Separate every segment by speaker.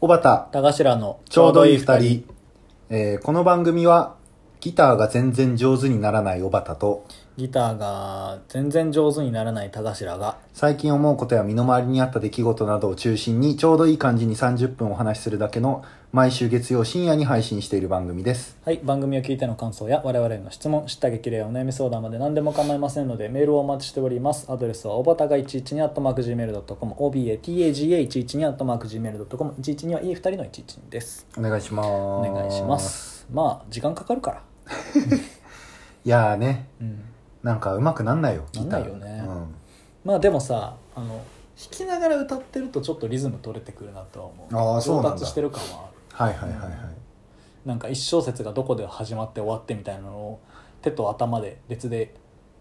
Speaker 1: 小畑、
Speaker 2: 田頭の
Speaker 1: ちょうどいい二人。えーこの番組は、ギターが全然上手にならない小畑と、
Speaker 2: ギターが全然上手にならない田頭が
Speaker 1: 最近思うことや身の回りにあった出来事などを中心に、ちょうどいい感じに30分お話しするだけの、毎週月曜深夜に配信している番組です。
Speaker 2: はい番組を聞いての感想や我々への質問知った激励やお悩み相談まで何でも構いませんのでメールをお待ちしておりますアドレスはおばたが112 atmarkgmail.com obataga112 atmarkgmail.com 112はいい2人の112です
Speaker 1: お願いします。
Speaker 2: お
Speaker 1: お
Speaker 2: 願いしま。すまあ時間かかるから
Speaker 1: いやーね、
Speaker 2: うん
Speaker 1: なんか上手くなんないよ、ギター。
Speaker 2: なんないよねまあでもさあの弾きながら歌ってるとちょっとリズム取れてくるなとは思う
Speaker 1: あーそうなんだ
Speaker 2: 上達してる感はある
Speaker 1: うん。はいはいはいはい。
Speaker 2: なんか一小節がどこで始まって終わってみたいなのを手と頭で別で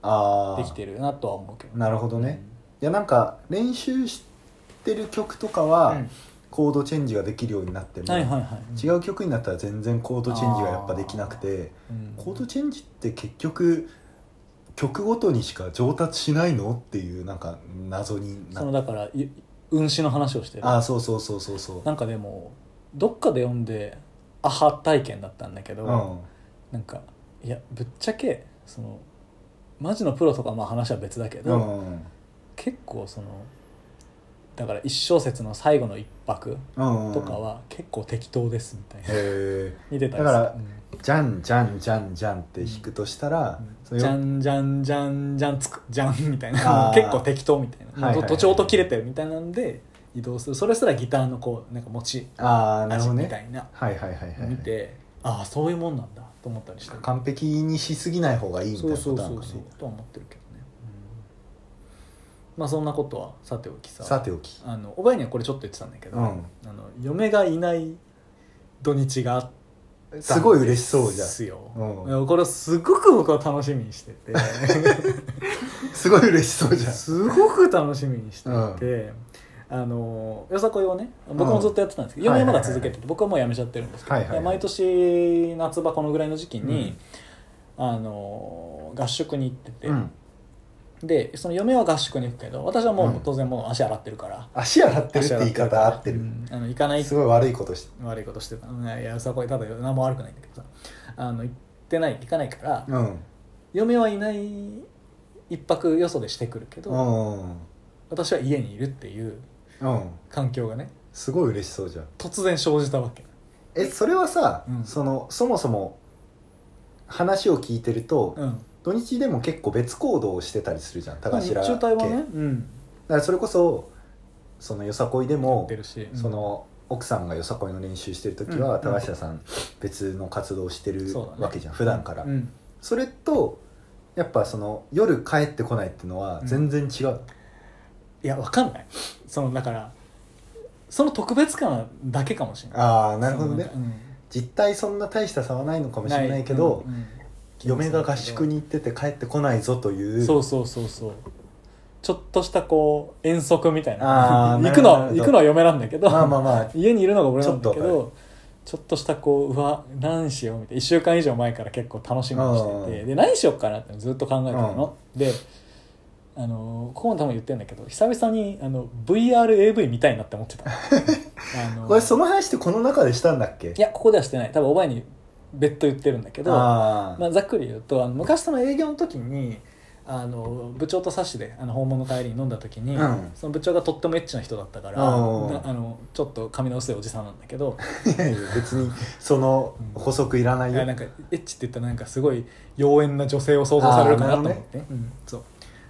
Speaker 1: あー
Speaker 2: できてるなとは思うけど
Speaker 1: なるほどね。いやなんか練習してる曲とか
Speaker 2: うん
Speaker 1: は、
Speaker 2: うん
Speaker 1: コードチェンジができるようになっても、
Speaker 2: はいはいはい
Speaker 1: 違う曲になったら全然コードチェンジがやっぱできなくて
Speaker 2: うん
Speaker 1: コードチェンジって結局曲ごとにしか上達しないのっていうなんか謎にな
Speaker 2: そのだからい運指の話をしてる
Speaker 1: ああそうそうそうそうそう
Speaker 2: なんかでもどっかで読んでアハ体験だったんだけど、
Speaker 1: うん
Speaker 2: なんかいやぶっちゃけそのマジのプロとかまあ話は別だけ
Speaker 1: う
Speaker 2: ど、
Speaker 1: ん
Speaker 2: 結構そのだから一小節の最後の一拍
Speaker 1: うん
Speaker 2: とかは結構適当ですみたいな、
Speaker 1: へえ
Speaker 2: 似てた
Speaker 1: だから
Speaker 2: うん
Speaker 1: じゃんじゃんじゃんじゃんって弾くとしたら、それ
Speaker 2: じ
Speaker 1: を
Speaker 2: ゃんじゃんじゃんじゃんつくじゃんみたい
Speaker 1: あ
Speaker 2: な
Speaker 1: ー
Speaker 2: 結構適当みたいな、
Speaker 1: はいはいはい
Speaker 2: ど途中音切れてるみたいなんで移動するそれすらギターのこうなんか持ち
Speaker 1: ああなるほど
Speaker 2: 味み
Speaker 1: ね
Speaker 2: たいな
Speaker 1: はいはいはいはい
Speaker 2: 見てああそういうもんなんだと思ったりして
Speaker 1: 完璧にしすぎない方がいいみたい
Speaker 2: そう
Speaker 1: な
Speaker 2: そう
Speaker 1: パター
Speaker 2: そ
Speaker 1: ン
Speaker 2: う
Speaker 1: かね
Speaker 2: そうとは思ってるけどね、まあそんなことはさておきさ
Speaker 1: さておき
Speaker 2: あのおばあにはこれちょっと言ってたんだけど、
Speaker 1: うん
Speaker 2: あの嫁がいない土日があっ
Speaker 1: すごい嬉しそうじゃん
Speaker 2: ですよ、
Speaker 1: う
Speaker 2: これすごく僕は楽しみにして て
Speaker 1: すごい嬉しそうじゃん
Speaker 2: すごく楽しみにしていて、あのよさこいをね僕もずっとやってたんですけど、
Speaker 1: うん
Speaker 2: 嫁はまだ続けてて、僕はもうやめちゃってるんですけど、
Speaker 1: はいはいはい
Speaker 2: 毎年夏場このぐらいの時期に、あの合宿に行ってて、
Speaker 1: うん
Speaker 2: でその嫁は合宿に行くけど私はも
Speaker 1: うん
Speaker 2: う当然もう足洗ってるから、
Speaker 1: 足洗ってるって
Speaker 2: 足洗
Speaker 1: 言い
Speaker 2: から
Speaker 1: 方合ってる
Speaker 2: うんあの行かない
Speaker 1: すごい悪いことして
Speaker 2: 悪いことしてたうんいやよさこいただ何も悪くないんだけどさあの行ってない行かないから、
Speaker 1: うん
Speaker 2: 嫁はいない一泊よそでしてくるけど、
Speaker 1: うん
Speaker 2: 私は家にいるっていう
Speaker 1: うん
Speaker 2: 環境がね
Speaker 1: すごい嬉しそうじゃん
Speaker 2: 突然生じたわけ
Speaker 1: えそれはさ、
Speaker 2: うん
Speaker 1: そのそもそも話を聞いてると、
Speaker 2: うん
Speaker 1: 土日でも結構別行動をしてたりするじゃん高
Speaker 2: 日
Speaker 1: 頭
Speaker 2: 中帯はねう
Speaker 1: だ
Speaker 2: ん
Speaker 1: からそれこそそのよさこいで
Speaker 2: やっ
Speaker 1: も
Speaker 2: てるし、うん
Speaker 1: その奥さんがよさこいの練習してる時は、
Speaker 2: うん
Speaker 1: 高頭さん別の活動をしてる
Speaker 2: そうだね
Speaker 1: わけじゃん、普段から、
Speaker 2: うん
Speaker 1: それとやっぱその夜帰ってこないっていうのは全然違う、
Speaker 2: いやわかんないそのだからその特別感だけかもしれない
Speaker 1: ああなるほどね
Speaker 2: そのなんか
Speaker 1: 実態そんな大した差はないのか
Speaker 2: う
Speaker 1: も
Speaker 2: ん
Speaker 1: しれないけど、
Speaker 2: うんうん
Speaker 1: 嫁が合宿に行ってて帰ってこないぞという
Speaker 2: そうそうそうそうちょっとしたこう遠足みたい
Speaker 1: あ
Speaker 2: な
Speaker 1: ー
Speaker 2: 行くの
Speaker 1: なる
Speaker 2: は
Speaker 1: ほど
Speaker 2: 行くのは嫁なんだけど
Speaker 1: まあまあまあ
Speaker 2: 家にいるのが俺なんだけ
Speaker 1: ちょっとわ
Speaker 2: どちょっとしたこううわ何しようみたいな1週間以上前から結構楽しみにして
Speaker 1: う
Speaker 2: てで何しようかなってずっと考えてたの、であのーここも多分言ってるんだけど久々にあの VRAV 見たいなって思ってた あのー
Speaker 1: これその話ってこの中でしたんだっけ
Speaker 2: いやここではしてない多分おばあに別途言ってるんだけど
Speaker 1: あー、
Speaker 2: まあ、ざっくり言うとあの昔その営業の時にあの部長とサッシであの訪問の帰りに飲んだ時に、
Speaker 1: うん
Speaker 2: その部長がとってもエッチな人だったからなあ
Speaker 1: おー
Speaker 2: のちょっと髪の薄いおじさんなんだけど
Speaker 1: いやいや 別にその
Speaker 2: うん
Speaker 1: 補足いらない
Speaker 2: い
Speaker 1: よ、
Speaker 2: やなんかエッチって言ったらなんかすごい妖艶な女性を想像されるかなと思って、うんそう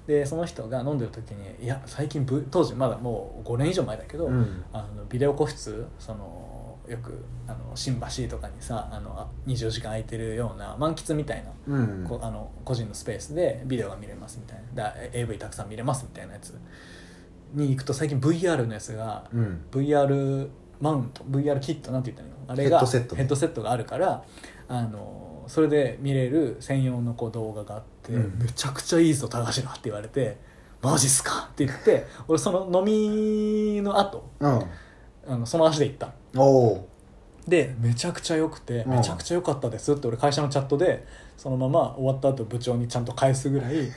Speaker 2: でその人が飲んでる時にいや最近ブ当時まだもう5年以上前だけど、
Speaker 1: うん
Speaker 2: あのビデオ個室そのよくあの新橋とかにさあのあ24時間空いてるような満喫みたいな
Speaker 1: うん
Speaker 2: こあの個人のスペースでビデオが見れますみたいなだ AV たくさん見れますみたいなやつに行くと最近 VR のやつが、
Speaker 1: うん、
Speaker 2: VR マウント VR キットなんて言ったらいいのあれ
Speaker 1: ヘッ
Speaker 2: が
Speaker 1: ドセットね
Speaker 2: があるからあのそれで見れる専用のこう動画があっ
Speaker 1: う
Speaker 2: て、
Speaker 1: ん
Speaker 2: めちゃくちゃいいぞ高橋がって言われてマジっすかって言って俺その飲みの後
Speaker 1: うん、
Speaker 2: あのその足で行ったの
Speaker 1: おお
Speaker 2: でめちゃくちゃ良くて
Speaker 1: うん
Speaker 2: めちゃくちゃ良かったですって俺会社のチャットでそのまま終わった後部長にちゃんと返すぐらい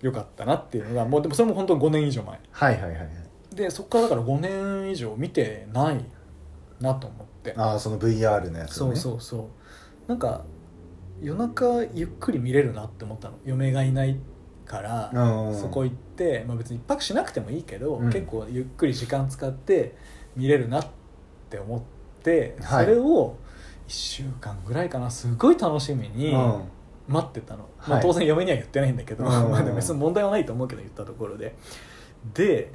Speaker 2: 良かったなっていうのがもうでもそれも本当5年以上前
Speaker 1: はいはいはいはい
Speaker 2: でそこからだから5年以上見てないなと思って、
Speaker 1: ああその VR のやつ、ね、
Speaker 2: そうそうそうなんか夜中ゆっくり見れるなって思ったの嫁がいないから、
Speaker 1: うん
Speaker 2: そこ行って、まあ、別に一泊しなくてもいいけど、
Speaker 1: うん
Speaker 2: 結構ゆっくり時間使って見れるなって思って、
Speaker 1: はい
Speaker 2: それを1週間ぐらいかなすごい楽しみに
Speaker 1: うん
Speaker 2: 待ってたの、
Speaker 1: はい
Speaker 2: まあ、当然嫁には言ってないんだけど、
Speaker 1: うん
Speaker 2: まあでも別に問題はないと思うけど言ったところでで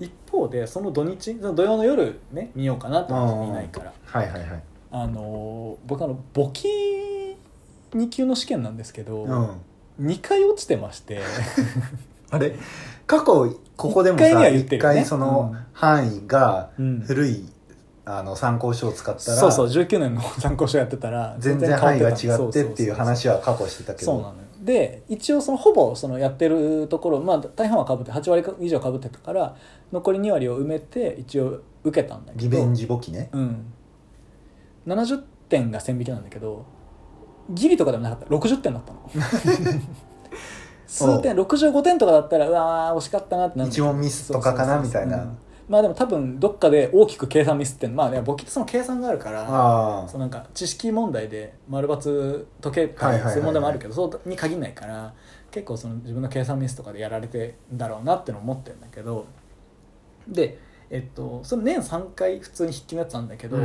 Speaker 2: 一方でその土日その土曜の夜ね見ようかなと思って見ないから
Speaker 1: はいはいはい
Speaker 2: あのー僕あの簿記2級の試験なんですけど、
Speaker 1: うん
Speaker 2: 2回落ちてまして
Speaker 1: あれ過去ここでも
Speaker 2: 一回に
Speaker 1: さ
Speaker 2: は言っ
Speaker 1: 一
Speaker 2: て
Speaker 1: 回,、
Speaker 2: るよね
Speaker 1: そうの
Speaker 2: ん
Speaker 1: 範囲が
Speaker 2: うん
Speaker 1: 古い、あの参考書を使ったら
Speaker 2: そうそう19年の参考書やってたら
Speaker 1: 全然範囲が違ってっていう
Speaker 2: は
Speaker 1: 話は過去してたけ
Speaker 2: そうなの
Speaker 1: ど
Speaker 2: よで一応そのほぼそのやってるところ、まあ、大半はかぶって8割以上かぶってたから残り2割を埋めて一応受けたんだけど
Speaker 1: リベンジ簿記ね
Speaker 2: うん70点が線引きなんだけどギリとかでもなかった60点だったの 数点65点とかだったらうわー惜しかったなってなる
Speaker 1: 一問ミスとかかな
Speaker 2: そう
Speaker 1: み
Speaker 2: そう
Speaker 1: た
Speaker 2: そう
Speaker 1: いな
Speaker 2: まあでも多分どっかで大きく計算ミスってんのまあね簿記ってその計算があるから
Speaker 1: あ
Speaker 2: そうなんか知識問題で丸×時計と
Speaker 1: はいはい
Speaker 2: か
Speaker 1: はいはい
Speaker 2: そういう問題もあるけどそうに限らないから結構その自分の計算ミスとかでやられてんだろうなっての思ってるんだけどでえっとその年3回普通に筆記のやつなんだけ
Speaker 1: あ
Speaker 2: ど、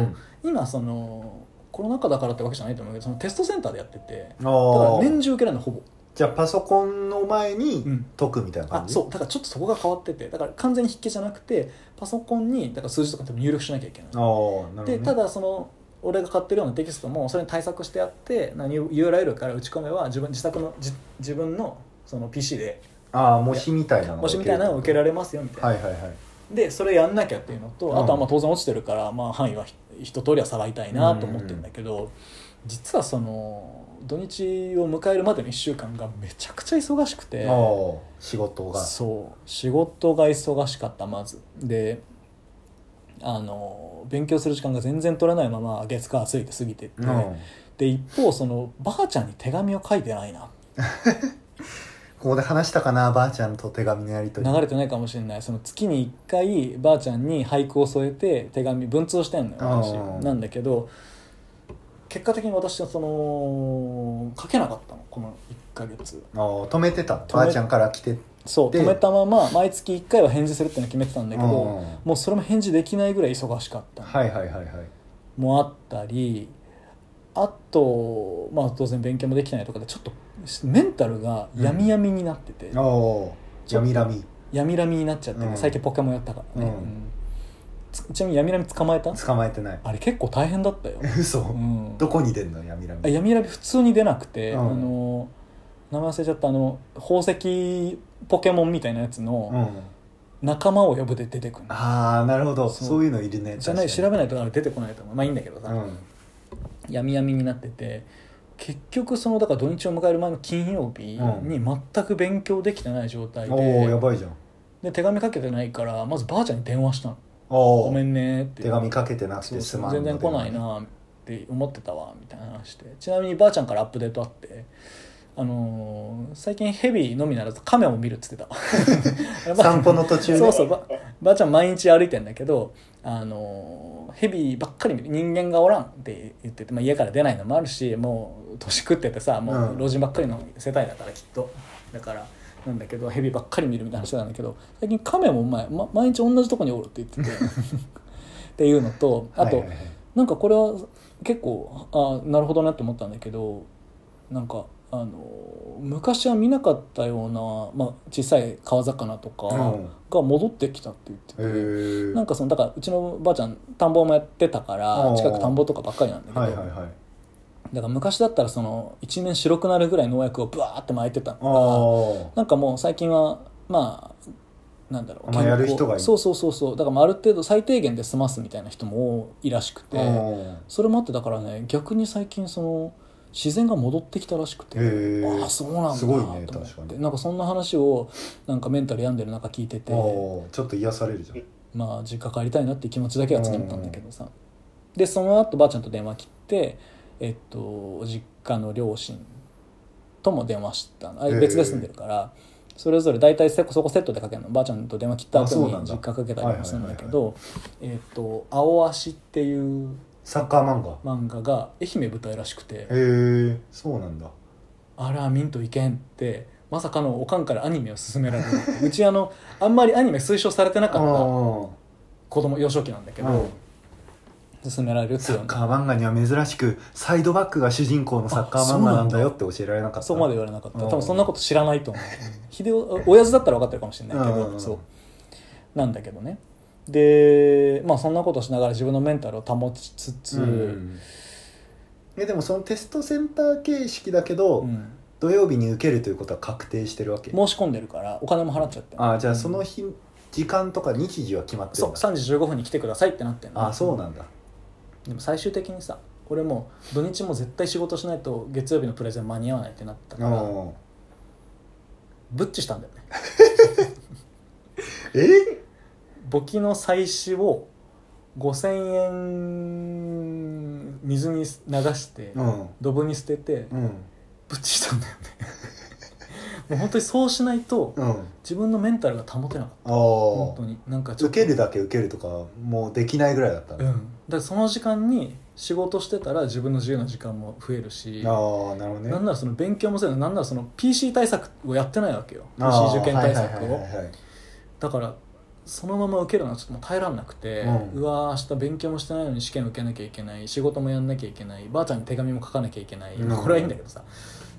Speaker 2: 今そのコロナ禍だからってわけじゃないと思うけどそのテストセンターでやっててだ
Speaker 1: あ
Speaker 2: から
Speaker 1: ー
Speaker 2: 年中受けられるのほぼ
Speaker 1: じゃあパソコンの前
Speaker 2: う
Speaker 1: に
Speaker 2: ん
Speaker 1: 解くみたいな
Speaker 2: あ
Speaker 1: 感じ、
Speaker 2: そうだからちょっとそこが変わっててだから完全に筆記じゃなくてパソコンにだから数字とか多分入力しなきゃいけない
Speaker 1: ああなるほど、ね、
Speaker 2: でただその俺が買ってるようなテキストもそれに対策してあってな U- URL から打ち込めば自分自作のじ自分のその PC で
Speaker 1: ああ模試みたいなの
Speaker 2: 模試みたいなのを受けら
Speaker 1: れ
Speaker 2: れますよみたいな、
Speaker 1: はいはいはい
Speaker 2: でそれやんなきゃっていうのと、
Speaker 1: うん
Speaker 2: あとはまあ当然落ちてるから、まあ、範囲はひ一通りはさばいたいなと思ってるんだけど、実はその土日を迎えるまでの1週間がめちゃくちゃ忙しくて。
Speaker 1: ああ仕事が
Speaker 2: そう仕事が忙しかったまずであの勉強する時間が全然取れないまま月火ついて過ぎてって、
Speaker 1: うん、
Speaker 2: で一方そのばあちゃんに手紙を書いてないな
Speaker 1: ここで話したかなばあちゃんと手紙のやり取り
Speaker 2: 流れてないかもしれないその月に1回ばあちゃんに俳句を添えて手紙文通をしてんのよ
Speaker 1: あー
Speaker 2: 私なんだけど結果的に私はその書けなかったのこの1ヶ月
Speaker 1: ああ止めてた
Speaker 2: め
Speaker 1: ばあちゃんから来て
Speaker 2: そう
Speaker 1: で
Speaker 2: 止めたまま毎月1回は返事するっての決めてたんだけど
Speaker 1: うんうん
Speaker 2: もうそれも返事できないぐらい忙しかったの
Speaker 1: はいはいはいはい
Speaker 2: もあったりあと、まあ、当然勉強もできてないとかでちょっとメンタルが闇闇になってて、
Speaker 1: ああ
Speaker 2: ちょ
Speaker 1: や
Speaker 2: っと
Speaker 1: みらみ
Speaker 2: 闇闇になっちゃって、
Speaker 1: うん
Speaker 2: 最近ポケモンやったからね、
Speaker 1: うん
Speaker 2: うんつちなみに闇闇捕まえた
Speaker 1: 捕まえて ない
Speaker 2: あれ結構大変だったよ、
Speaker 1: 嘘、
Speaker 2: うん、
Speaker 1: どこに出んのやみらみ
Speaker 2: あ闇闇普通に出なくて、
Speaker 1: うん
Speaker 2: あの名前忘れちゃったあの宝石ポケモンみたいなやつ
Speaker 1: う
Speaker 2: の
Speaker 1: ん
Speaker 2: 仲間を呼ぶで出てくるの、
Speaker 1: ああなるほど
Speaker 2: そ
Speaker 1: そうういうのいるね
Speaker 2: じゃない
Speaker 1: 確
Speaker 2: 調
Speaker 1: か
Speaker 2: べないとあれ出てこないと思うまあいいんだけどさ、
Speaker 1: にうん
Speaker 2: 闇闇になってて結局そのだから土日を迎える前の金曜日に全く勉強できてない状態で,、
Speaker 1: おおやばいじゃんあ
Speaker 2: で手紙かけてないからまずばあちゃんに電話したの
Speaker 1: あ
Speaker 2: 「ごめ
Speaker 1: 手
Speaker 2: んね」って
Speaker 1: 紙かけてなく
Speaker 2: そう
Speaker 1: て
Speaker 2: そ
Speaker 1: す
Speaker 2: う
Speaker 1: まん
Speaker 2: 全然来ないなって思ってたわみたいな話してちなみにばあちゃんからアップデートあってあのー最近ヘビのみならずカメも見るっつ ってたあればあちゃん
Speaker 1: 散歩の途中で
Speaker 2: そうそうばばあちゃん毎日歩いてんだけどあのヘビばっかり見る人間がおらんって言ってて、まあ、家から出ないのもあるしもう年食っててさもううん老人ばっかりの世帯だからきっとだからなんだけどヘビばっかり見るみたいな話なんだけど最近カメもお前、ま、毎日同じとこにおるって言っててっていうのとあと、
Speaker 1: はいはいはい
Speaker 2: なんかこれは結構あなるほどなって思ったんだけどなんかあの昔は見なかったような、まあ、小さい川魚とか
Speaker 1: うん
Speaker 2: が戻ってきたって言ってて、
Speaker 1: へー
Speaker 2: なんかそのだからうちのばあちゃん田んぼもやってたから
Speaker 1: うん
Speaker 2: 近く田んぼとかばっかりなんだけど、
Speaker 1: はいはいはい
Speaker 2: だから昔だったらその一面白くなるぐらい農薬をブワーって撒いてた
Speaker 1: あ
Speaker 2: のが
Speaker 1: あ
Speaker 2: なんかもう最近はまあなんだろう
Speaker 1: まあ
Speaker 2: 健康
Speaker 1: やる人がいる
Speaker 2: そうそうそうそうだからまあある程度最低限で済ますみたいな人も多いらしくて。
Speaker 1: うん
Speaker 2: それもあってだからね逆に最近その自然が戻ってきたらしくて、
Speaker 1: へえ
Speaker 2: ああそうなんだ
Speaker 1: すごいね
Speaker 2: と思って
Speaker 1: 確かに
Speaker 2: なんかそんな話をなんかメンタル病んでる中聞いてて
Speaker 1: おーちょっと癒されるじゃん
Speaker 2: まあ実家帰りたいなっていう気持ちだけは募ったんだけどさ、でその後ばあちゃんと電話切ってえっと実家の両親とも電話したのあ
Speaker 1: へえ
Speaker 2: 別で住んでるから、それぞれ大体せそこセットでかけるのばあちゃんと電話切った
Speaker 1: あ
Speaker 2: 後
Speaker 1: そう
Speaker 2: に
Speaker 1: なんだ
Speaker 2: 実家かけたりもするんだけ
Speaker 1: は
Speaker 2: ど「えっと青足」っていう
Speaker 1: サッカー漫画
Speaker 2: 漫画が愛媛舞台らしくて
Speaker 1: へえそうなんだ
Speaker 2: あら見んといけんってまさかのおかんからアニメを勧められるうちあのあんまりアニメ推奨されてなかった子供幼少期なんだけ
Speaker 1: う
Speaker 2: ど
Speaker 1: ん
Speaker 2: 勧められるって
Speaker 1: サ
Speaker 2: いう
Speaker 1: ッカー漫画には珍しくサイドバックが主人公のサッカー漫画なんだよって教えられなかった
Speaker 2: そこまで言われなかった
Speaker 1: うん
Speaker 2: 多分そんなこと知らないと思う 秀夫親父だったら分かってるかもしれないけ
Speaker 1: うんうんう
Speaker 2: ど
Speaker 1: ん
Speaker 2: そうなんだけどねでまあそんなことしながら自分のメンタルを保ちつつ、
Speaker 1: うんえでもそのテストセンター形式だけど、
Speaker 2: うん
Speaker 1: 土曜日に受けるということは確定してるわけ
Speaker 2: 申し込んでるからお金も払っちゃって
Speaker 1: ああじゃあその日時間とか日時は決まって
Speaker 2: そ
Speaker 1: る
Speaker 2: うん
Speaker 1: だ
Speaker 2: 3時15分に来てくださいってなってんの
Speaker 1: ああそうなんだ
Speaker 2: でも最終的にさ俺もう土日も絶対仕事しないと月曜日のプレゼン間に合わないってなった
Speaker 1: う
Speaker 2: から
Speaker 1: ん
Speaker 2: ブッチしたんだよね
Speaker 1: え
Speaker 2: 簿記の祭紙を5000円水に流して
Speaker 1: うん
Speaker 2: ドブに捨てて
Speaker 1: うん
Speaker 2: ブッチしたんだよね もう本当にそうしないと
Speaker 1: うん
Speaker 2: 自分のメンタルが保てなかっ
Speaker 1: あ
Speaker 2: た本当
Speaker 1: あ
Speaker 2: になんかちょっと
Speaker 1: 受けるだけ受けるとかもうできないぐらいだった
Speaker 2: うん
Speaker 1: の、
Speaker 2: だからその時間に仕事してたら自分の自由な時間も増えるし
Speaker 1: ああなるほどね
Speaker 2: なんならその勉強もせずなんならその PC 対策をやってないわけよ
Speaker 1: ああ
Speaker 2: PC 受験対策
Speaker 1: はいはい
Speaker 2: を、
Speaker 1: はいはい
Speaker 2: だからそのまま受けるのはちょっともう耐えられなくて、
Speaker 1: う
Speaker 2: うんわー明日勉強もしてないのに試験受けなきゃいけない仕事もやんなきゃいけないばあちゃんに手紙も書かなきゃいけない、
Speaker 1: うん
Speaker 2: これはいいんだけどさ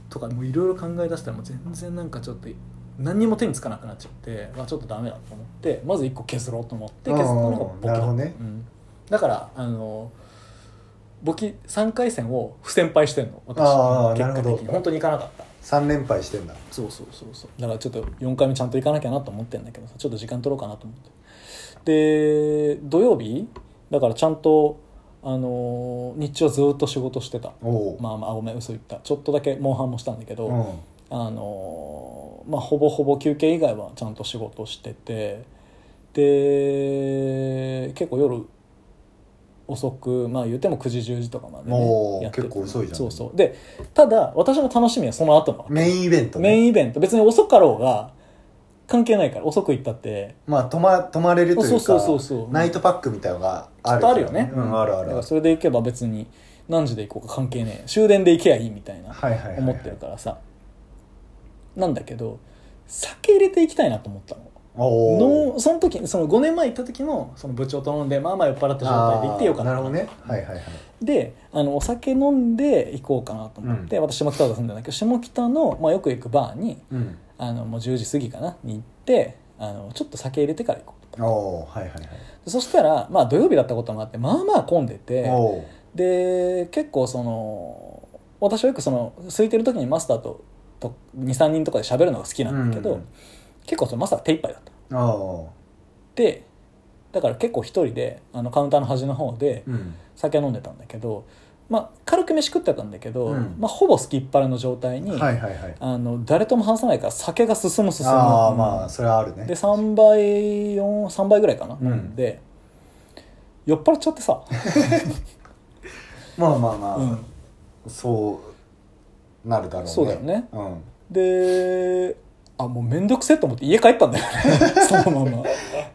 Speaker 2: とかもういろいろ考え出したらもう全然なんかちょっと何にも手につかなくなっちゃって、まあ、ちょっとダメだと思ってまず1個削ろうと思って削ったのが簿記
Speaker 1: あーな
Speaker 2: だ
Speaker 1: る
Speaker 2: っ
Speaker 1: ほ
Speaker 2: た
Speaker 1: どね
Speaker 2: うん、だからあの簿記3回戦を不先輩してんの私
Speaker 1: あーな
Speaker 2: 結
Speaker 1: るほど
Speaker 2: 果的に本当に行かなかった
Speaker 1: 3連敗してんだ
Speaker 2: そうそうそうそうだからちょっと4回目ちゃんと行かなきゃなと思ってんだけどさちょっと時間取ろうかなと思ってで土曜日だからちゃんとあのー日中はずっと仕事してた
Speaker 1: おお、
Speaker 2: まあまあごめん嘘言ったちょっとだけモンハンもしたんだけど、
Speaker 1: うん
Speaker 2: あのーまあほぼほぼ休憩以外はちゃんと仕事しててで結構夜遅くまあ言っても9時10時とかまで、
Speaker 1: お
Speaker 2: ね、
Speaker 1: ー
Speaker 2: やってて
Speaker 1: 結構遅いじゃん
Speaker 2: そうそうでただ私の楽しみはその後なの
Speaker 1: メインイベント、ね、
Speaker 2: メインイベント別に遅かろうが関係ないから遅く行ったって
Speaker 1: まあ泊ま泊まれるというか
Speaker 2: そうそうそうそう
Speaker 1: ナイトパックみたいなのが
Speaker 2: き
Speaker 1: あ
Speaker 2: っ
Speaker 1: る
Speaker 2: とあるよね、
Speaker 1: うん、あるあ
Speaker 2: だ
Speaker 1: る
Speaker 2: か
Speaker 1: は
Speaker 2: ら
Speaker 1: い
Speaker 2: それで行けば別に何時で行こうか関係ねえ終電で行けばいいみたいな
Speaker 1: はいはいはい
Speaker 2: 思ってるからさなんだけど酒入れていきたいなと思ったの
Speaker 1: おお
Speaker 2: のその時その5年前行った時もその部長と飲んでまあまあ酔っ払った状態で行ってよかった
Speaker 1: なるほどねはいはいはい
Speaker 2: であのお酒飲んで行こうかなと思って、私下北沢住んでんだけど下北の、まあ、よく行くバーに
Speaker 1: うん
Speaker 2: あのもう10時過ぎかなに行ってあのちょっと酒入れてから行こうと
Speaker 1: おおはいはいはい
Speaker 2: でそしたら、まあ、土曜日だったこともあってまあまあ混んでて
Speaker 1: おお
Speaker 2: で結構その私はよくその空いてる時にマスターとと23人とかで喋るのが好きなんだけど、
Speaker 1: うん
Speaker 2: 結構そのマスター手一杯だった
Speaker 1: おお
Speaker 2: でだから結構一人であのカウンターの端の方で
Speaker 1: うん
Speaker 2: 酒飲んでたんだけど、まあ、軽く飯食ってたんだけど、
Speaker 1: うん
Speaker 2: まあ、ほぼすきっ腹の状態に、
Speaker 1: はいはいはい
Speaker 2: あの誰とも話さないから酒が進む進む
Speaker 1: ああまあそれはあるね
Speaker 2: で3倍43倍ぐらいかな、
Speaker 1: うん
Speaker 2: 飲んで酔っ払っちゃってさ、
Speaker 1: まあまあまあ、
Speaker 2: うん
Speaker 1: そうなるだろうね
Speaker 2: そうだよね
Speaker 1: うん
Speaker 2: であもう面倒くせえと思って家帰ったんだよね そのまま、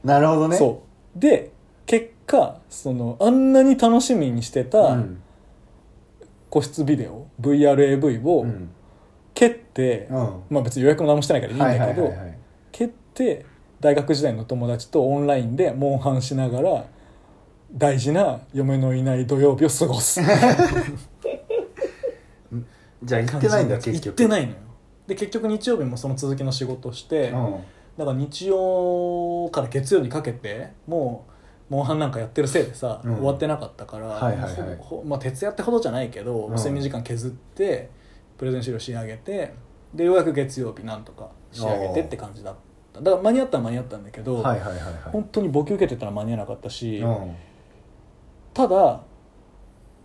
Speaker 1: なるほどね
Speaker 2: そうで結果そのあんなに楽しみにして
Speaker 1: う
Speaker 2: た
Speaker 1: ん
Speaker 2: 個室ビデオ、VRAV
Speaker 1: う
Speaker 2: を
Speaker 1: ん
Speaker 2: 蹴って、
Speaker 1: うん
Speaker 2: まあ別に予約も何もしてないからいいんだけど、
Speaker 1: はいはいはいはい
Speaker 2: 蹴って大学時代の友達とオンラインでモンハンしながら大事な嫁のいない土曜日を過ごす
Speaker 1: じゃあ行ってないんだ結局
Speaker 2: 行って
Speaker 1: い
Speaker 2: ないのよで結局日曜日もその続きの仕事をして、
Speaker 1: うん
Speaker 2: だから日曜から月曜にかけてもうモンハンなんかやってるせいでさ、
Speaker 1: うん
Speaker 2: 終わってなかったから、
Speaker 1: はいはいはい
Speaker 2: ほほまあ、徹夜ってほどじゃないけど、
Speaker 1: うん
Speaker 2: 睡眠時間削ってプレゼン資料仕上げてでようやく月曜日なんとか仕上げてって感じだっただから間に合ったら間に合ったんだけど、
Speaker 1: はいはいはいは
Speaker 2: 本当に簿記受けてたら間に合わなかったし、
Speaker 1: いうん
Speaker 2: ただ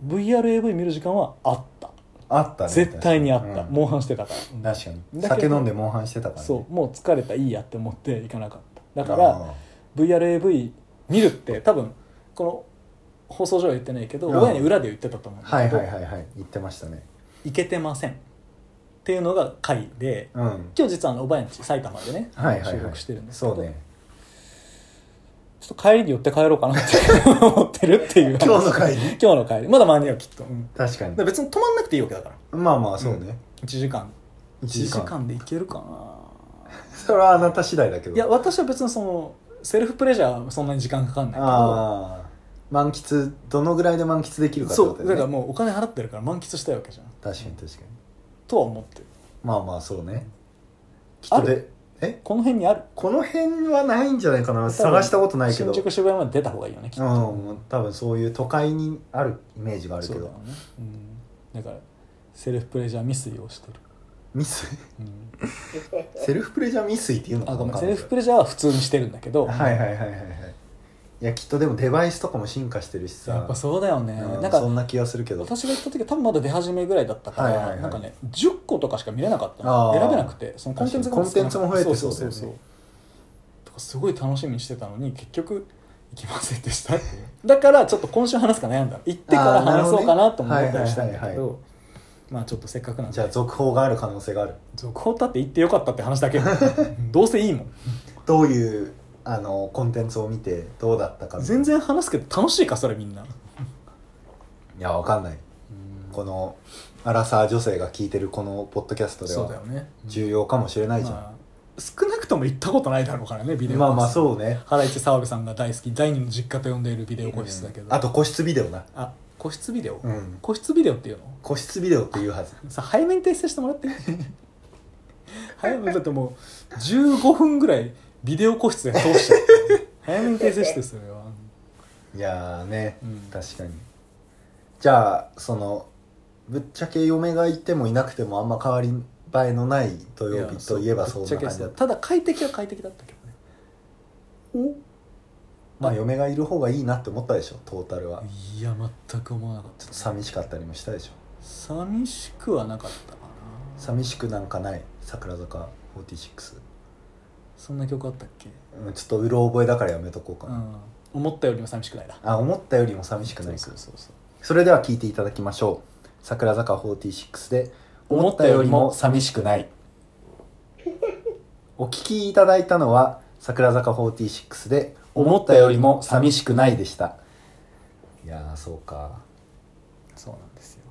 Speaker 2: VRAV 見る時間はあった
Speaker 1: あったね
Speaker 2: 絶対にあった、
Speaker 1: うん
Speaker 2: モンハンしてたから
Speaker 1: 確かに
Speaker 2: だけ
Speaker 1: 酒
Speaker 2: ど
Speaker 1: 飲んでモンハンしてたから、ね、
Speaker 2: そうもう疲れたいいやって思って行かなかっただか
Speaker 1: あ
Speaker 2: ら VRAV 見るって多分この放送上は言ってないけど
Speaker 1: うん
Speaker 2: 親に裏で言ってたと思うん
Speaker 1: ー
Speaker 2: だ
Speaker 1: はい
Speaker 2: けど
Speaker 1: はいはいはい言ってましたね
Speaker 2: 行けてませんっていうのが回で
Speaker 1: うん
Speaker 2: 今日実はあのおばやんち埼玉でね、
Speaker 1: はいはい
Speaker 2: 収
Speaker 1: はい
Speaker 2: 録してるんですけ
Speaker 1: そう
Speaker 2: ど
Speaker 1: ね
Speaker 2: ちょっと帰りに寄って帰ろうかなって思ってるっていう 話
Speaker 1: 今日の帰り
Speaker 2: 今日の帰りまだ間に合うきっと、うんだ
Speaker 1: 確かに
Speaker 2: から別に止まんなくていいわけだから
Speaker 1: まあまあそうね、
Speaker 2: 1時間1
Speaker 1: 一
Speaker 2: 時
Speaker 1: 時間
Speaker 2: 間でいけるかな
Speaker 1: それはあなた次第だけど
Speaker 2: いや私は別にそのセルフプレジャーはそんなに時間かかんないけど
Speaker 1: ああ満喫どのぐらいで満喫できるかってこ
Speaker 2: そ
Speaker 1: とだ
Speaker 2: う
Speaker 1: よ
Speaker 2: だ
Speaker 1: ね
Speaker 2: からもうお金払ってるから満喫したいわけじゃん
Speaker 1: 確かに確かに
Speaker 2: とは思ってる
Speaker 1: まあまあそうねきっ
Speaker 2: あ
Speaker 1: と
Speaker 2: る
Speaker 1: でえ
Speaker 2: この辺にある
Speaker 1: この辺はないんじゃないかな探したことないけど
Speaker 2: 新宿渋谷まで出た方がいいよねきっ
Speaker 1: う
Speaker 2: と、
Speaker 1: ん多分そういう都会にあるイメージがあるけ
Speaker 2: そうだよ
Speaker 1: ど
Speaker 2: ね、うん、だからセルフプレジャー未遂をしてる、
Speaker 1: ミス
Speaker 2: うん
Speaker 1: セルフプレジャー未遂っていうのか
Speaker 2: あ
Speaker 1: な
Speaker 2: ごめん
Speaker 1: わか
Speaker 2: セ
Speaker 1: ない
Speaker 2: ルフプレジャーは普通にしてるんだけど、
Speaker 1: はいはいはいはいはいいやきっとでもデバイスとかも進化してるしさ
Speaker 2: やっぱそうだよね、
Speaker 1: うん
Speaker 2: なんか
Speaker 1: そんな気がするけど
Speaker 2: 私が行った時は多分まだ出始めぐらいだったから、
Speaker 1: はいはいはい
Speaker 2: なんかね10個とかしか見れなかった
Speaker 1: あ
Speaker 2: の
Speaker 1: ー
Speaker 2: 選べなくてそのコンテンツ
Speaker 1: 確
Speaker 2: が
Speaker 1: かにコンテンツも増えて
Speaker 2: そうそう
Speaker 1: そ
Speaker 2: そう
Speaker 1: だ
Speaker 2: う
Speaker 1: よね
Speaker 2: とかすごい楽しみにしてたのに結局行きませんでしたっていうだからちょっと今週話すか悩んだ行ってから
Speaker 1: あーなるほ
Speaker 2: 話
Speaker 1: ど
Speaker 2: そ
Speaker 1: ね
Speaker 2: うかなと思ったりしたん
Speaker 1: は
Speaker 2: だ
Speaker 1: い
Speaker 2: け
Speaker 1: はいはい
Speaker 2: どまあちょっとせっかくなん
Speaker 1: じゃあ
Speaker 2: で
Speaker 1: 続報がある可能性がある
Speaker 2: 続報たって行ってよかったって 話だけうんどうせいいもん
Speaker 1: どういうあのコンテンツを見てどうだったか
Speaker 2: 全然話すけど楽しいかそれみんない
Speaker 1: やわかんないこのアラサー女性が聞いてるこのポッドキャストで
Speaker 2: そうだ
Speaker 1: は
Speaker 2: よね
Speaker 1: 重要かもしれないじゃん、
Speaker 2: まあ少なくとも行ったことないだろうからねビデオ
Speaker 1: まあまあ
Speaker 2: う
Speaker 1: そうね
Speaker 2: 原市澤部さんが大好き第二の実家と呼んでいるビデオ個室だけど、
Speaker 1: うんあと個室ビデオな
Speaker 2: あ個室ビデオ、
Speaker 1: うん
Speaker 2: 個室ビデオっていうの
Speaker 1: 個室ビデオって言うはず
Speaker 2: さ早めに訂正しても らって早めだってもう15分ぐらいビデオ個室で通しちゃって早めに訂正してそれは、
Speaker 1: いやーね、
Speaker 2: うん
Speaker 1: 確かにじゃあそのぶっちゃけ嫁がいてもいなくてもあんま変わり映えのない土曜日といえばそんな感じだっ
Speaker 2: ぶっちゃけ
Speaker 1: た
Speaker 2: そうただ快適は快適だったけどね
Speaker 1: まあ嫁がいる方がいいなって思ったでしょトータルは
Speaker 2: おいや全く思わなかっ
Speaker 1: ちょったと寂しかったりもしたでしょ
Speaker 2: 寂しくはなかったかな
Speaker 1: 寂しくなんかない桜坂46
Speaker 2: そんな曲あったっけ、
Speaker 1: うんちょっとうろ覚えだからやめとこうか
Speaker 2: う
Speaker 1: な、
Speaker 2: ん、思ったよりも寂しくないだ
Speaker 1: あ思ったよりも寂しくないか
Speaker 2: そうそうそう
Speaker 1: それでは聞いていただきましょう桜坂46で
Speaker 2: 思ったよりも
Speaker 1: 寂しく ないお聞きいただいたのは桜坂46で思ったよりも寂しくないでしたいやーそうか、
Speaker 2: そうなんですよ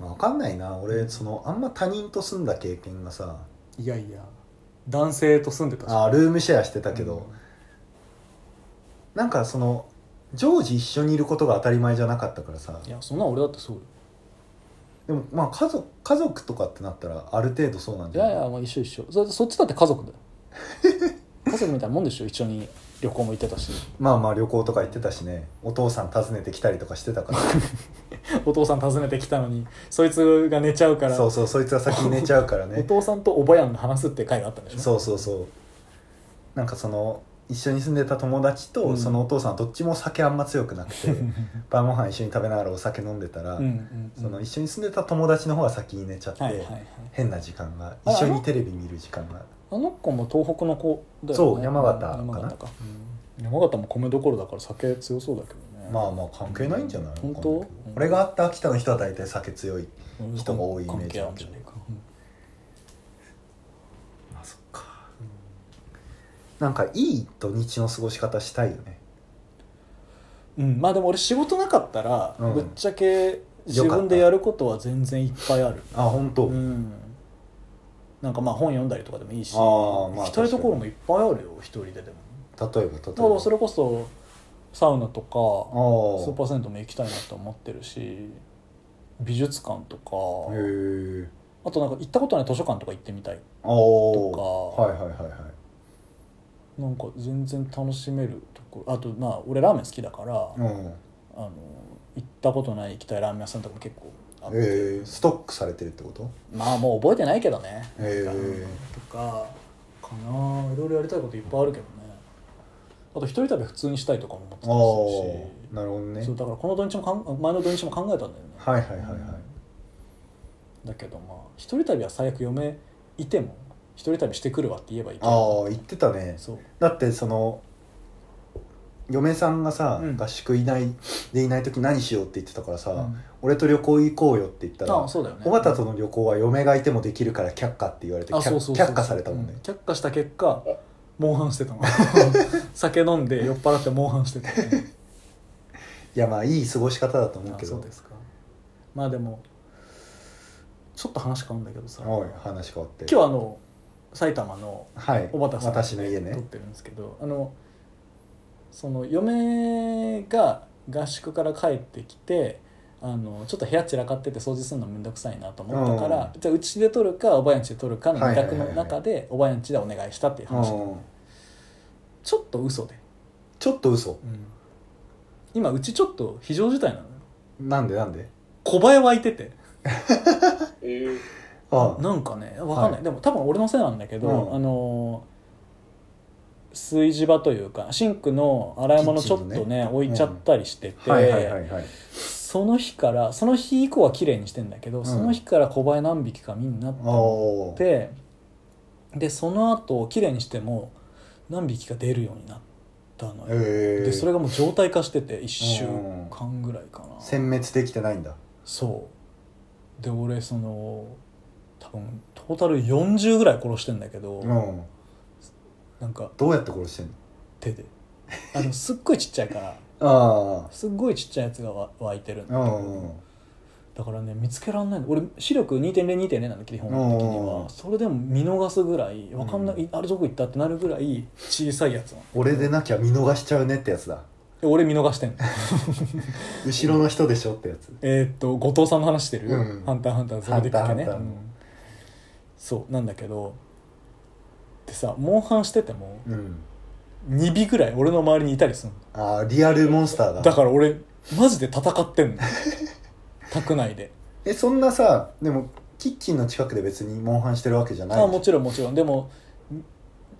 Speaker 1: まあ、分かんないな俺そのあんま他人と住んだ経験がさ
Speaker 2: いやいや男性と住んでたし
Speaker 1: あールームシェアしてたけど、
Speaker 2: うん
Speaker 1: なんかその常時一緒にいることが当たり前じゃなかったからさ
Speaker 2: いやそんな俺だってそうよ
Speaker 1: でもまあ家族家族とかってなったらある程度そうなん
Speaker 2: い
Speaker 1: じゃな
Speaker 2: や
Speaker 1: い
Speaker 2: いやまあ一緒一緒そそっちだって家族 だよ家族みたいなもんでしょ一緒に旅行も行ってたし
Speaker 1: まあまあ旅行とか行ってたしねお父さん訪ねてきたりとかしてたから
Speaker 2: お父さん訪ねてきたのにそいつが寝ちゃうから
Speaker 1: そうそうそいつが先に寝ちゃうから
Speaker 2: お
Speaker 1: ね
Speaker 2: 父さんとおばやんの話すって会があったんでしょ
Speaker 1: そうそうそうなんかその一緒に住んでた友達
Speaker 2: う
Speaker 1: と
Speaker 2: ん
Speaker 1: そのお父さんどっちも酒あんま強くなく て晩ご飯一緒に食べながらお酒飲んでたら、
Speaker 2: うんうんうん
Speaker 1: その一緒に住んでた友達の方が先に寝ちゃって、
Speaker 2: はいはいはい
Speaker 1: 変な時間が
Speaker 2: あ
Speaker 1: 一緒
Speaker 2: あ
Speaker 1: に
Speaker 2: の
Speaker 1: テレビ見る時間が
Speaker 2: あの子も東北の子だよね
Speaker 1: そう山形かな
Speaker 2: 山形か、うん山形も米どころだから酒強そうだけどね
Speaker 1: まあまあ関係ないんじゃない
Speaker 2: 本当
Speaker 1: わかんないけど俺があった秋田の人は大体酒強い人が多いイメー
Speaker 2: 関
Speaker 1: ジ
Speaker 2: 係
Speaker 1: だ
Speaker 2: あ
Speaker 1: けど
Speaker 2: るんじゃないか、うん
Speaker 1: まあそっかなんかいい土日の過ごし方したいよね
Speaker 2: うん、まあでも俺仕事なかったら、
Speaker 1: うん
Speaker 2: ぶっちゃけ自分でやることは全然いっぱいある
Speaker 1: あ本当、
Speaker 2: うんなんかまあ本読んだりとかでもいいし
Speaker 1: あーまあ
Speaker 2: 行きたいところもいっぱいあるよ一人ででも
Speaker 1: 例えば例えば
Speaker 2: だからそれこそサウナと
Speaker 1: あ
Speaker 2: かスーパ
Speaker 1: ー
Speaker 2: ー銭湯も行きたいなと思ってるし美術館とか
Speaker 1: へえ
Speaker 2: あとなんか行ったことない図書館とか行ってみたい
Speaker 1: あー
Speaker 2: とか
Speaker 1: はいはいはいはい
Speaker 2: なんか全然楽しめるところあとまあ俺ラーメン好きだから、あ
Speaker 1: うん
Speaker 2: の行ったことない行きたいラーメン屋さんとかも結構あって、
Speaker 1: えー、ストックされてるってこと
Speaker 2: まあもう覚えてないけどね、
Speaker 1: へ
Speaker 2: なん
Speaker 1: え
Speaker 2: かとかかないろいろやりたいこといっぱいあるけどねあと一人旅普通にしたいとかも思って
Speaker 1: ああーな
Speaker 2: た
Speaker 1: るほど
Speaker 2: りするし、
Speaker 1: ね
Speaker 2: そうだからこの土日もかん前の土日も考えたんだよね、
Speaker 1: はいはいはいはい、
Speaker 2: だけどまあ一人旅は最悪嫁いても一人旅してくるわって言えばいいけ
Speaker 1: あ
Speaker 2: ど
Speaker 1: あ言ってたね
Speaker 2: そう
Speaker 1: だってその嫁さんがさ、
Speaker 2: うん
Speaker 1: 合宿いないでいない時何しようって言ってたからさ、
Speaker 2: うん
Speaker 1: 俺と旅行行こうよって言ったら
Speaker 2: あそうだよね
Speaker 1: 小畑との旅行は嫁がいてもできるから却下って言われて
Speaker 2: あ
Speaker 1: 却
Speaker 2: そうそうそう
Speaker 1: 却下されたもんね、
Speaker 2: うん却下した結果猛反してた の酒飲んで酔っ払って猛反してた、ね、
Speaker 1: いやまあいい過ごし方だと思う
Speaker 2: あ
Speaker 1: けど
Speaker 2: そうですかまあでもちょっと話変わるんだけどさ今
Speaker 1: おい話変わって
Speaker 2: 日あの埼玉の
Speaker 1: はい
Speaker 2: 小畑さん
Speaker 1: 私の家
Speaker 2: 撮っ
Speaker 1: ね
Speaker 2: てるんですけどあのその嫁が合宿から帰ってきてあのちょっと部屋散らかってて掃除するの面倒くさいなと思ったから、じゃあうちで撮るかおばやんちで撮るかの
Speaker 1: は
Speaker 2: 二
Speaker 1: いはい
Speaker 2: 択
Speaker 1: はいはい
Speaker 2: の中でおばやんちでお願いしたっていう話、
Speaker 1: うん
Speaker 2: ちょっと嘘で、
Speaker 1: ちょっと嘘
Speaker 2: 今うちちょっと非常事態なのよ
Speaker 1: なんでなんで
Speaker 2: 小林湧いてて
Speaker 3: え
Speaker 1: あ
Speaker 2: なんかねわかんな
Speaker 1: は
Speaker 2: い、でも多分俺のせいなんだけど、
Speaker 1: うん
Speaker 2: あのー炊事場というかシンクの洗い物ちょっと
Speaker 1: キッチ
Speaker 2: ね
Speaker 1: ンの
Speaker 2: 置いちゃったりしてて、
Speaker 1: はいはいはいはい
Speaker 2: その日からその日以降は綺麗にしてんだけど、
Speaker 1: ん
Speaker 2: その日から小林何匹か見になったの
Speaker 1: おー
Speaker 2: ででその後綺麗にしても何匹か出るようになったのよ、
Speaker 1: えー、
Speaker 2: でそれがもう状態化してて1週間ぐらいかな、
Speaker 1: 殲滅できてないんだ
Speaker 2: そうで俺その多分トータル40ぐらい殺してんだけど、
Speaker 1: うん
Speaker 2: なんか
Speaker 1: どうやって殺してんの
Speaker 2: 手であのすっごいちっちゃいから
Speaker 1: あ
Speaker 2: すっごいちっちゃいやつがわ湧いてるんだけ
Speaker 1: あ
Speaker 2: ど、
Speaker 1: うん
Speaker 2: だからね見つけられないの俺視力2.02.0なんだ基本的に
Speaker 1: う
Speaker 2: は
Speaker 1: ん
Speaker 2: それでも見逃すぐらいわかんない、
Speaker 1: う
Speaker 2: あれどこ行ったってなるぐらい小さいやつなの
Speaker 1: 俺でなきゃ見逃しちゃうねってやつだ
Speaker 2: で俺見逃してんの
Speaker 1: 後ろの人でしょってやつ
Speaker 2: えーっと後藤さんの話してる「
Speaker 1: うん
Speaker 2: ハンターハンター」それでっけね
Speaker 1: ハンターハンター
Speaker 2: うんそうなんだけどでさモンハンしてても
Speaker 1: うん
Speaker 2: 2尾ぐらい俺の周りにいたりするの
Speaker 1: ああリアルモンスターが
Speaker 2: だから俺マジで戦っ てんの宅内で
Speaker 1: えそんなさでもキッチンの近くで別にモンハンしてるわけじゃない
Speaker 2: あもちろんもちろんでも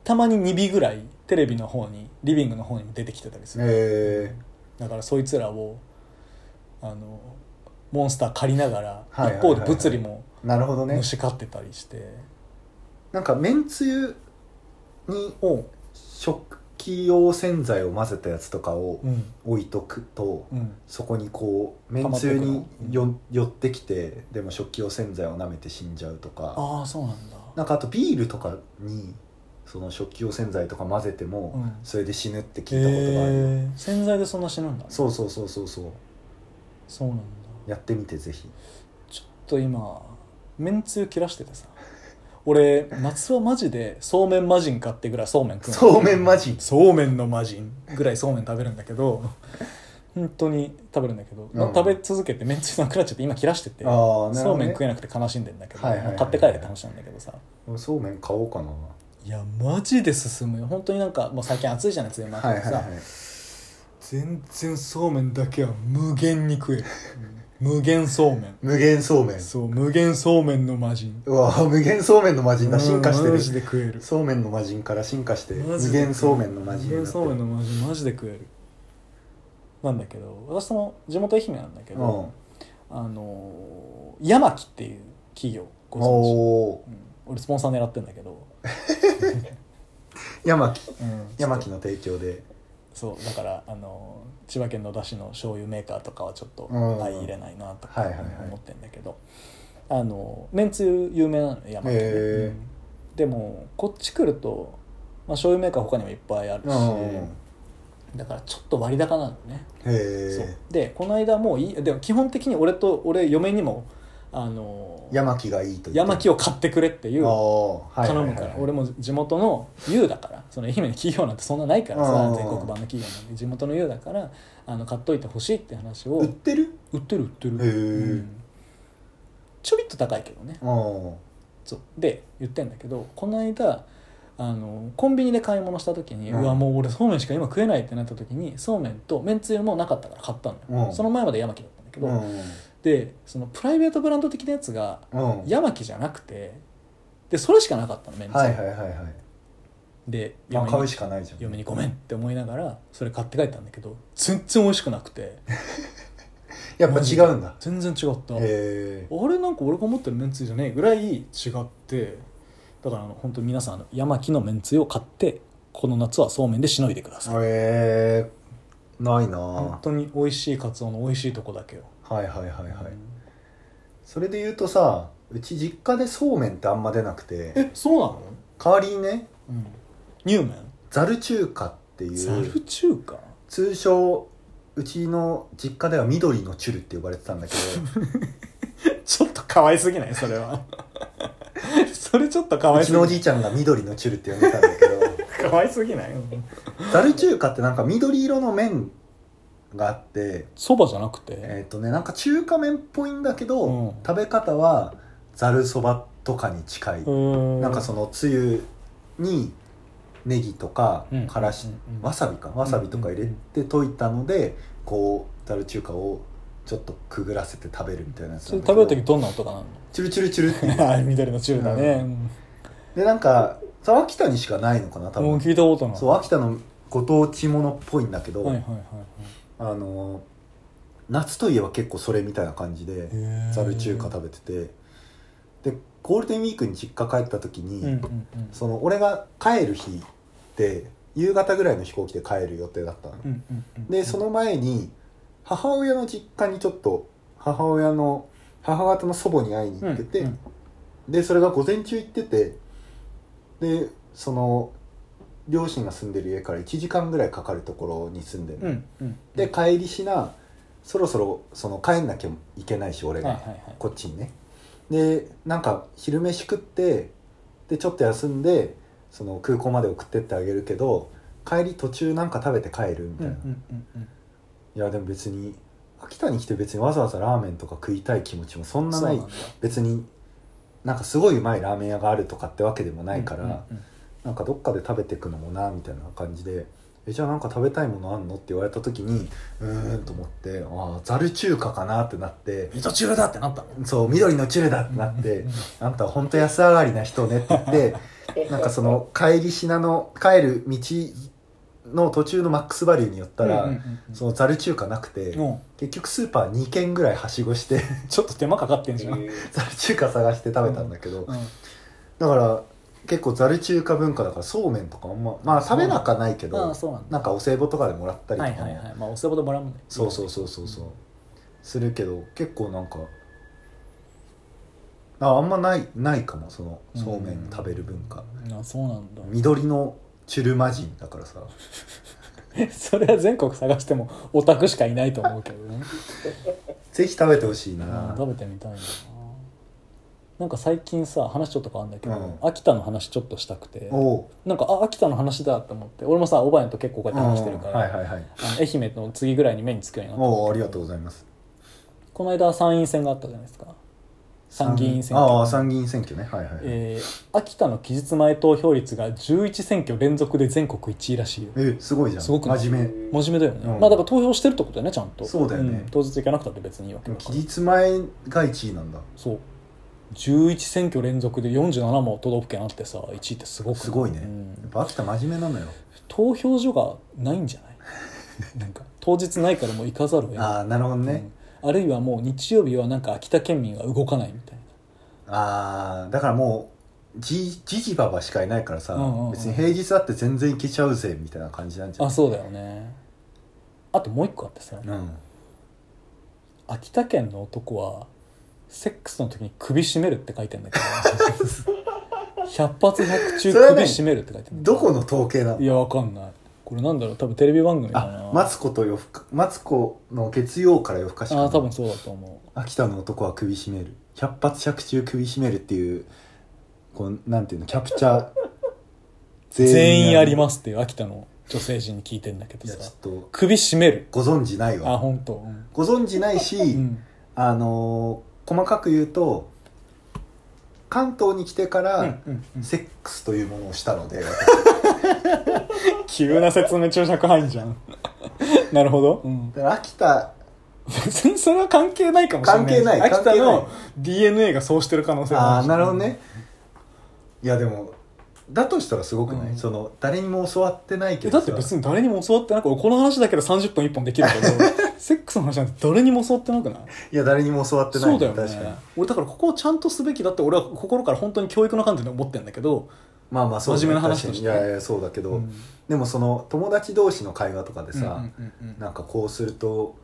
Speaker 2: たまに2尾ぐらいテレビの方にリビングの方にも出てきてたりする、
Speaker 1: え
Speaker 2: だからそいつらをあのモンスター借りながら、
Speaker 1: はいはいはい
Speaker 2: 一方で物理も
Speaker 1: ー、なるほどね
Speaker 2: 虫飼ってたりして、
Speaker 1: なんかめんつゆに
Speaker 2: おう
Speaker 1: 食器用洗剤を混ぜたやつとかを
Speaker 2: うん
Speaker 1: 置いとくと、
Speaker 2: うん
Speaker 1: そこにこうめんつゆによ寄ってきてでも食器用洗剤を舐めて死んじゃうとか
Speaker 2: ああそうなんだ
Speaker 1: なんかあとビールとかにその食器用洗剤とか混ぜても、
Speaker 2: うん
Speaker 1: それで死ぬって聞いたことがあるよ、
Speaker 2: へえ洗剤でそんな死ぬんだ
Speaker 1: そうそうそうそうそう
Speaker 2: そうなんだ
Speaker 1: やってみてぜひ
Speaker 2: ちょっと今めんつゆ切らしててさ俺夏はマジでそうめん魔人かってぐらいそうめん食うの
Speaker 1: そうめん魔人
Speaker 2: そうめんの魔人ぐらいそうめん食べるんだけど本当に食べるんだけど、
Speaker 1: うん
Speaker 2: 食べ続けてめんつゆなくなっちゃって今切らしてて、
Speaker 1: あーなる
Speaker 2: そ
Speaker 1: ほどね
Speaker 2: うめん食えなくて悲しんでんだけど、
Speaker 1: はいはいはい
Speaker 2: 買って帰れって話なんだけどさ
Speaker 1: 俺そうめん買おうかない
Speaker 2: やマジで進むよ本当になんかもう最近暑いじゃない梅雨もあ
Speaker 1: はい
Speaker 2: って
Speaker 1: はい
Speaker 2: さ、
Speaker 1: はい
Speaker 2: 全然そうめんだけは無限に食える無限そうめん
Speaker 1: 無限そうめん
Speaker 2: そう無限そうめんの魔人
Speaker 1: うわ無限そうめんの魔人だ進化して
Speaker 2: うん
Speaker 1: る
Speaker 2: マジで食える
Speaker 1: そうめんの魔人から進化して
Speaker 2: マジ
Speaker 1: 無
Speaker 2: で
Speaker 1: 限そうめんの魔人に
Speaker 2: 無
Speaker 1: なってる
Speaker 2: 限そうめんの魔人マジで食えるなんだけど私も地元愛媛なんだけ
Speaker 1: うん
Speaker 2: ど、あのーヤマキっていう企業ご存知、
Speaker 1: おお
Speaker 2: うん俺スポンサー狙ってんだけど、
Speaker 1: 山木
Speaker 2: うん
Speaker 1: 山木の提供で
Speaker 2: そうだからあの千葉県野田市の醤油メーカーとかはちょっと
Speaker 1: うん
Speaker 2: 相入れないなとか
Speaker 1: はいはいはい
Speaker 2: 思ってんだけど、あのめんつゆ有名なの山
Speaker 1: へ
Speaker 2: 形、
Speaker 1: え
Speaker 2: うんでもこっち来ると、まあ、醤油メーカー他にもいっぱいあるし、
Speaker 1: うん
Speaker 2: だからちょっと割高なのね、
Speaker 1: へ
Speaker 2: そう
Speaker 1: え
Speaker 2: でこの間もういいでも基本的に俺と俺嫁にもあの
Speaker 1: 山木がいいと言って
Speaker 2: 山木を買ってくれっていう
Speaker 1: を頼
Speaker 2: 頼むから、俺も地元の U だからその愛媛の企業なんてそんなないから
Speaker 1: う
Speaker 2: さ
Speaker 1: ん
Speaker 2: 全国版の企業なんで地元の U だからあの買っといてほしいって話を
Speaker 1: 売ってる
Speaker 2: 売ってる売ってる、
Speaker 1: へえ
Speaker 2: うんちょびっと高いけどね
Speaker 1: うん
Speaker 2: そうで言ってんだけどこの間あのコンビニで買い物した時に、う
Speaker 1: うん
Speaker 2: わもう俺そうめんしか今食えないってなった時にそうめんとめんつゆもなかったから買ったのよ、
Speaker 1: うん
Speaker 2: その前まで山木だったんだけど、
Speaker 1: うん
Speaker 2: でそのプライベートブランド的なやつが
Speaker 1: うん
Speaker 2: 山木じゃなくてでそれしかなかったのめんつゆ、
Speaker 1: はいはいはいはい
Speaker 2: で
Speaker 1: まあ
Speaker 2: 嫁に
Speaker 1: 買うしかないじゃん
Speaker 2: 嫁にごめんって思いながらそれ買って帰ったんだけど全然美味しくなくて
Speaker 1: やっぱ違うんだ
Speaker 2: 全然違った、
Speaker 1: へえ
Speaker 2: あれなんか俺が思ってるめんつゆじゃねえぐらい違ってだからあの本当に皆さんあの山木のめんつゆを買ってこの夏はそうめんでしのいでください
Speaker 1: えないな
Speaker 2: 本
Speaker 1: ぁ
Speaker 2: 当に美味しいカツオの美味しいとこだけよ
Speaker 1: はいはいはいはい、それで言うとさうち実家でそうめんってあんま出なくて
Speaker 2: えそうなの、
Speaker 1: 代わりにね
Speaker 2: うん、乳麺
Speaker 1: ザル中華ってい
Speaker 2: ざ
Speaker 1: う
Speaker 2: る中華
Speaker 1: 通称うちの実家では緑のチュルって呼ばれてたんだけ ど
Speaker 2: ちょっと可愛すぎないそれ はそれちょっと可
Speaker 1: う
Speaker 2: 愛
Speaker 1: ち
Speaker 2: すぎ
Speaker 1: の
Speaker 2: な
Speaker 1: お
Speaker 2: い
Speaker 1: じいちゃんが緑のチュルって呼んでたんだけど
Speaker 2: 可愛すぎない
Speaker 1: ザル中華ってなんか緑色の麺があって
Speaker 2: そばじゃなくて、
Speaker 1: えっ、とねなんか中華麺っぽいんだけど、
Speaker 2: うん
Speaker 1: 食べ方はざるそばとかに近い、
Speaker 2: うーん
Speaker 1: なんかそのつゆにネギとか
Speaker 2: うん
Speaker 1: からし、
Speaker 2: うんうん
Speaker 1: わさびかわさびとか入れて溶いたので、こうざる中華をちょっとくぐらせて食べるみたいなやつな
Speaker 2: それ
Speaker 1: んだけ
Speaker 2: 食
Speaker 1: ど
Speaker 2: べる時どんな音が
Speaker 1: チュルチュルチュルってい
Speaker 2: 鳴
Speaker 1: う
Speaker 2: る のあれ緑の中華ね、
Speaker 1: うでなんかそれ秋田にしかないのかな
Speaker 2: う
Speaker 1: 多
Speaker 2: ん、もう
Speaker 1: 分
Speaker 2: 聞いたことない
Speaker 1: そう秋田のご当地ものっぽいんだけど、
Speaker 2: はいはいはいはい
Speaker 1: あの夏といえば結構それみたいな感じで
Speaker 2: へー
Speaker 1: ざる中華食べててでゴールデンウィークに実家帰った時に、
Speaker 2: うんうんうん
Speaker 1: その俺が帰る日って夕方ぐらいの飛行機で帰る予定だったの、
Speaker 2: うんうんうん
Speaker 1: でその前に母親の実家にちょっと母親の母方の祖母に会いに行ってて、
Speaker 2: うんうん
Speaker 1: でそれが午前中行っててでその両親が住んでる家から1時間ぐらいかかるところに住んでるの、
Speaker 2: うんうん
Speaker 1: で帰りしなそろそろその帰んなきゃいけないし俺が、
Speaker 2: はいはいはい
Speaker 1: こっちにねでなんか昼飯食ってでちょっと休んでその空港まで送ってってあげるけど帰り途中なんか食べて帰るみた
Speaker 2: う
Speaker 1: いな、い
Speaker 2: んうんうんうん
Speaker 1: やでも別に秋田に来て別にわざわざラーメンとか食いたい気持ちもそんなない
Speaker 2: そうなんだ
Speaker 1: 別になんかすごいうまいラーメン屋があるとかってわけでもないから、
Speaker 2: うんうん
Speaker 1: なんかどっかで食べてくのもなみたいな感じで「えじゃあなんか食べたいものあんの?」って言われた時にうーんと思って「ああざる中華かな」ってなって
Speaker 2: 水戸中華だってなった
Speaker 1: 「
Speaker 2: の
Speaker 1: そう緑のチュレだ」ってなって「あんたは本当安上がりな人ね」って言ってなんかその帰り品の帰る道の途中のマックスバリューによったら、
Speaker 2: うんうんうんうん
Speaker 1: そのざる中華なくて、
Speaker 2: うん
Speaker 1: 結局スーパー2軒ぐらいはしごして
Speaker 2: ちょっと手間かかってんじゃん、
Speaker 1: ざる中華探して食べたんだけど、
Speaker 2: うん
Speaker 1: だから結構ざる中華文化だからそうめんとかあんままあ食べなかないけど、
Speaker 2: ああそうなんだ
Speaker 1: なんかお歳暮とかでもらったりと
Speaker 2: は
Speaker 1: か
Speaker 2: い
Speaker 1: も、
Speaker 2: はいはいまあお歳暮でもらうもんね
Speaker 1: そうそうそうそうそうするけど結構なんかああんまないないかもそのそうめん食べる文化、
Speaker 2: あそうなんだ
Speaker 1: 緑のチュルマジンだからさ
Speaker 2: それは全国探してもオタクしかいないと思うけどね
Speaker 1: ぜひ食べてほしい
Speaker 2: う ん
Speaker 1: な
Speaker 2: 食べてみたいななんか最近さ話ちょっと変わるんだけど、
Speaker 1: う
Speaker 2: 秋田の話ちょっとしたくて
Speaker 1: おお
Speaker 2: なんかあ秋田の話だと思って俺もさおばあやんと結構こうやって話してるから、
Speaker 1: はいはいはい
Speaker 2: あの愛媛の次ぐらいに目につくようになった
Speaker 1: おおありがとうございます
Speaker 2: この間参院選があったじゃないですか参議院選挙
Speaker 1: ああ参議院選挙ねはいはい、はい
Speaker 2: えー秋田の期日前投票率が11選挙連続で全国1位らしいよ
Speaker 1: えすごいじゃん
Speaker 2: すごくない
Speaker 1: 真面目
Speaker 2: 真面目だよね、
Speaker 1: うん
Speaker 2: まあだから投票してるってことだよねちゃんと
Speaker 1: そうだよね
Speaker 2: ん当日行かなくたって別にいいわけ
Speaker 1: で
Speaker 2: だ
Speaker 1: も
Speaker 2: か
Speaker 1: 期
Speaker 2: ら
Speaker 1: 日前が1位なんだ
Speaker 2: そう11選挙連続で47も都道府県あってさ1位ってすごくな
Speaker 1: すごいね、
Speaker 2: うん
Speaker 1: やっぱ秋田真面目なのよ
Speaker 2: 投票所がないんじゃない なんか当日ないからもう行かざるを得ない
Speaker 1: ああなるほどね、
Speaker 2: うんあるいはもう日曜日はなんか秋田県民が動かないみたい
Speaker 1: ああだからもうじじじばばしかいないからさ、
Speaker 2: うんうんうん
Speaker 1: 別に平日だって全然行けちゃうぜみたいな感じなんじゃ
Speaker 2: な
Speaker 1: な
Speaker 2: あ
Speaker 1: い
Speaker 2: そうだよねあともう一個あってさ
Speaker 1: うん
Speaker 2: 秋田県の男はセックスの時に首絞めるって書いて んだけど百発百中
Speaker 1: それはね
Speaker 2: 首絞めるって書いてんだけ
Speaker 1: どこの統計なの
Speaker 2: いやわかんないこれなんだろう多分テレビ番組かな
Speaker 1: あマツコと夜更かマツコの月曜から夜更かしかな
Speaker 2: あー多分そうだと思う
Speaker 1: 秋田の男は首絞める百発百中首絞めるっていうこうなんていうのキャプチャー
Speaker 2: 全員やりますすっていう秋田の女性陣に聞いてんだけど
Speaker 1: いや
Speaker 2: さ
Speaker 1: ちょっと
Speaker 2: 首絞める
Speaker 1: ご存知ない
Speaker 2: あ
Speaker 1: わ
Speaker 2: 本当うん
Speaker 1: ご存知ないし、
Speaker 2: うん
Speaker 1: あのー細かく言うと関東に来てか
Speaker 2: う
Speaker 1: ら
Speaker 2: んうんうん
Speaker 1: セックスというものをしたの で、
Speaker 2: 急な説明注釈入んじゃん なるほど、うん、
Speaker 1: だから秋田
Speaker 2: 別にそれは関係ないかもしれな
Speaker 1: 関
Speaker 2: い
Speaker 1: 係ない
Speaker 2: 秋
Speaker 1: 関
Speaker 2: 田
Speaker 1: 係ない
Speaker 2: の DNA がそうしてる可能性
Speaker 1: あ
Speaker 2: が
Speaker 1: あなるほどねいやでもだとしたらすごくない、
Speaker 2: うん
Speaker 1: その誰にも教わってないけ
Speaker 2: えだ
Speaker 1: ど
Speaker 2: って別
Speaker 1: に
Speaker 2: に誰にも教わってなくこの話だけで30分1本できる けどセックスの話なんて誰にも教わってなくない
Speaker 1: いや誰にも教わってない
Speaker 2: そうだよね
Speaker 1: 確かに
Speaker 2: 俺だからここをちゃんとすべきだって俺は心から本当に教育の観点で思ってるんだけど
Speaker 1: まあまあそうだね
Speaker 2: 真面目な話としてね
Speaker 1: 確かにいやいやそうだけど、
Speaker 2: うん
Speaker 1: でもその友達同士の会話とかでさ、
Speaker 2: うんうんうん
Speaker 1: なんかこうすると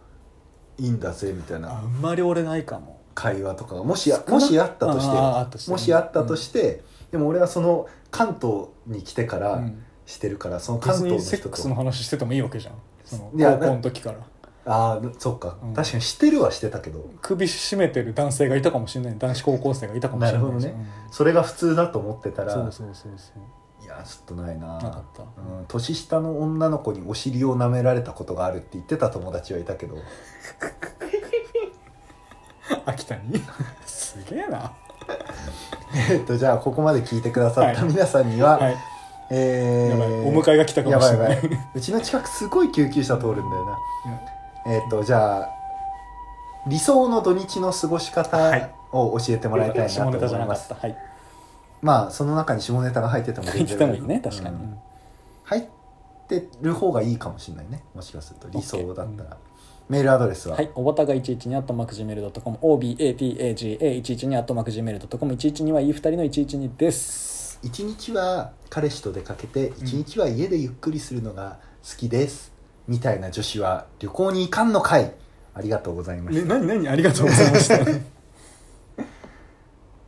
Speaker 1: いいんだぜみたい
Speaker 2: あ
Speaker 1: なん
Speaker 2: まり俺ないかも
Speaker 1: 会話とかがもし
Speaker 2: 少な
Speaker 1: もしあったとして
Speaker 2: あーあったとして
Speaker 1: もしあったとして、でも俺はその関東に来てか
Speaker 2: う
Speaker 1: ら
Speaker 2: ん
Speaker 1: してるから、その関
Speaker 2: 別
Speaker 1: 東
Speaker 2: に
Speaker 1: の
Speaker 2: セ
Speaker 1: 人
Speaker 2: ック
Speaker 1: と
Speaker 2: スの話しててもいいわけじゃんその
Speaker 1: いや
Speaker 2: 高校の時から
Speaker 1: ああそっか、
Speaker 2: うん
Speaker 1: 確かにしてるはしてたけど
Speaker 2: 首絞めてる男性がいたかもしれない男子高校生がいたかもしれな
Speaker 1: な
Speaker 2: い
Speaker 1: るほどね
Speaker 2: うん
Speaker 1: それが普通だと思ってたら
Speaker 2: そうそうそうそう
Speaker 1: いやちょっとないな
Speaker 2: なか った
Speaker 1: うん、年下の女の子にお尻を舐められたことがあるって言ってた友達はいたけど
Speaker 2: 秋田にすげえな
Speaker 1: えっとじゃあここまで聞いてくださった皆さんには、
Speaker 2: はい
Speaker 1: えー
Speaker 2: やばいお迎えが来たか
Speaker 1: や
Speaker 2: も
Speaker 1: ば
Speaker 2: し
Speaker 1: い
Speaker 2: れ
Speaker 1: や
Speaker 2: な
Speaker 1: ば
Speaker 2: い
Speaker 1: いうちの近くすごい救急車通るんだよなえっ、とじゃあ理想の土日の過ごし
Speaker 2: はい
Speaker 1: 方を教えてもらいたいなと
Speaker 2: 下
Speaker 1: 思い
Speaker 2: ネタじゃなか
Speaker 1: ま
Speaker 2: っ
Speaker 1: す、
Speaker 2: たはい
Speaker 1: まあその中に下ネタが入ってても
Speaker 2: 言ってもいいね
Speaker 1: うん
Speaker 2: 確かに
Speaker 1: 入ってる方がいいかもしれないねもしかすると理想だったら、メールアドレスは、
Speaker 2: はい、おばたが112 at macgmail.com、obataga112 at macgmail.com、112はいい二人の112です。
Speaker 1: 一日は彼氏と出かけて一日は家でゆっくりするのが好きです、みたいな女子は旅行に行かんのかいありがとうございました
Speaker 2: 何、何、ありがとうございました。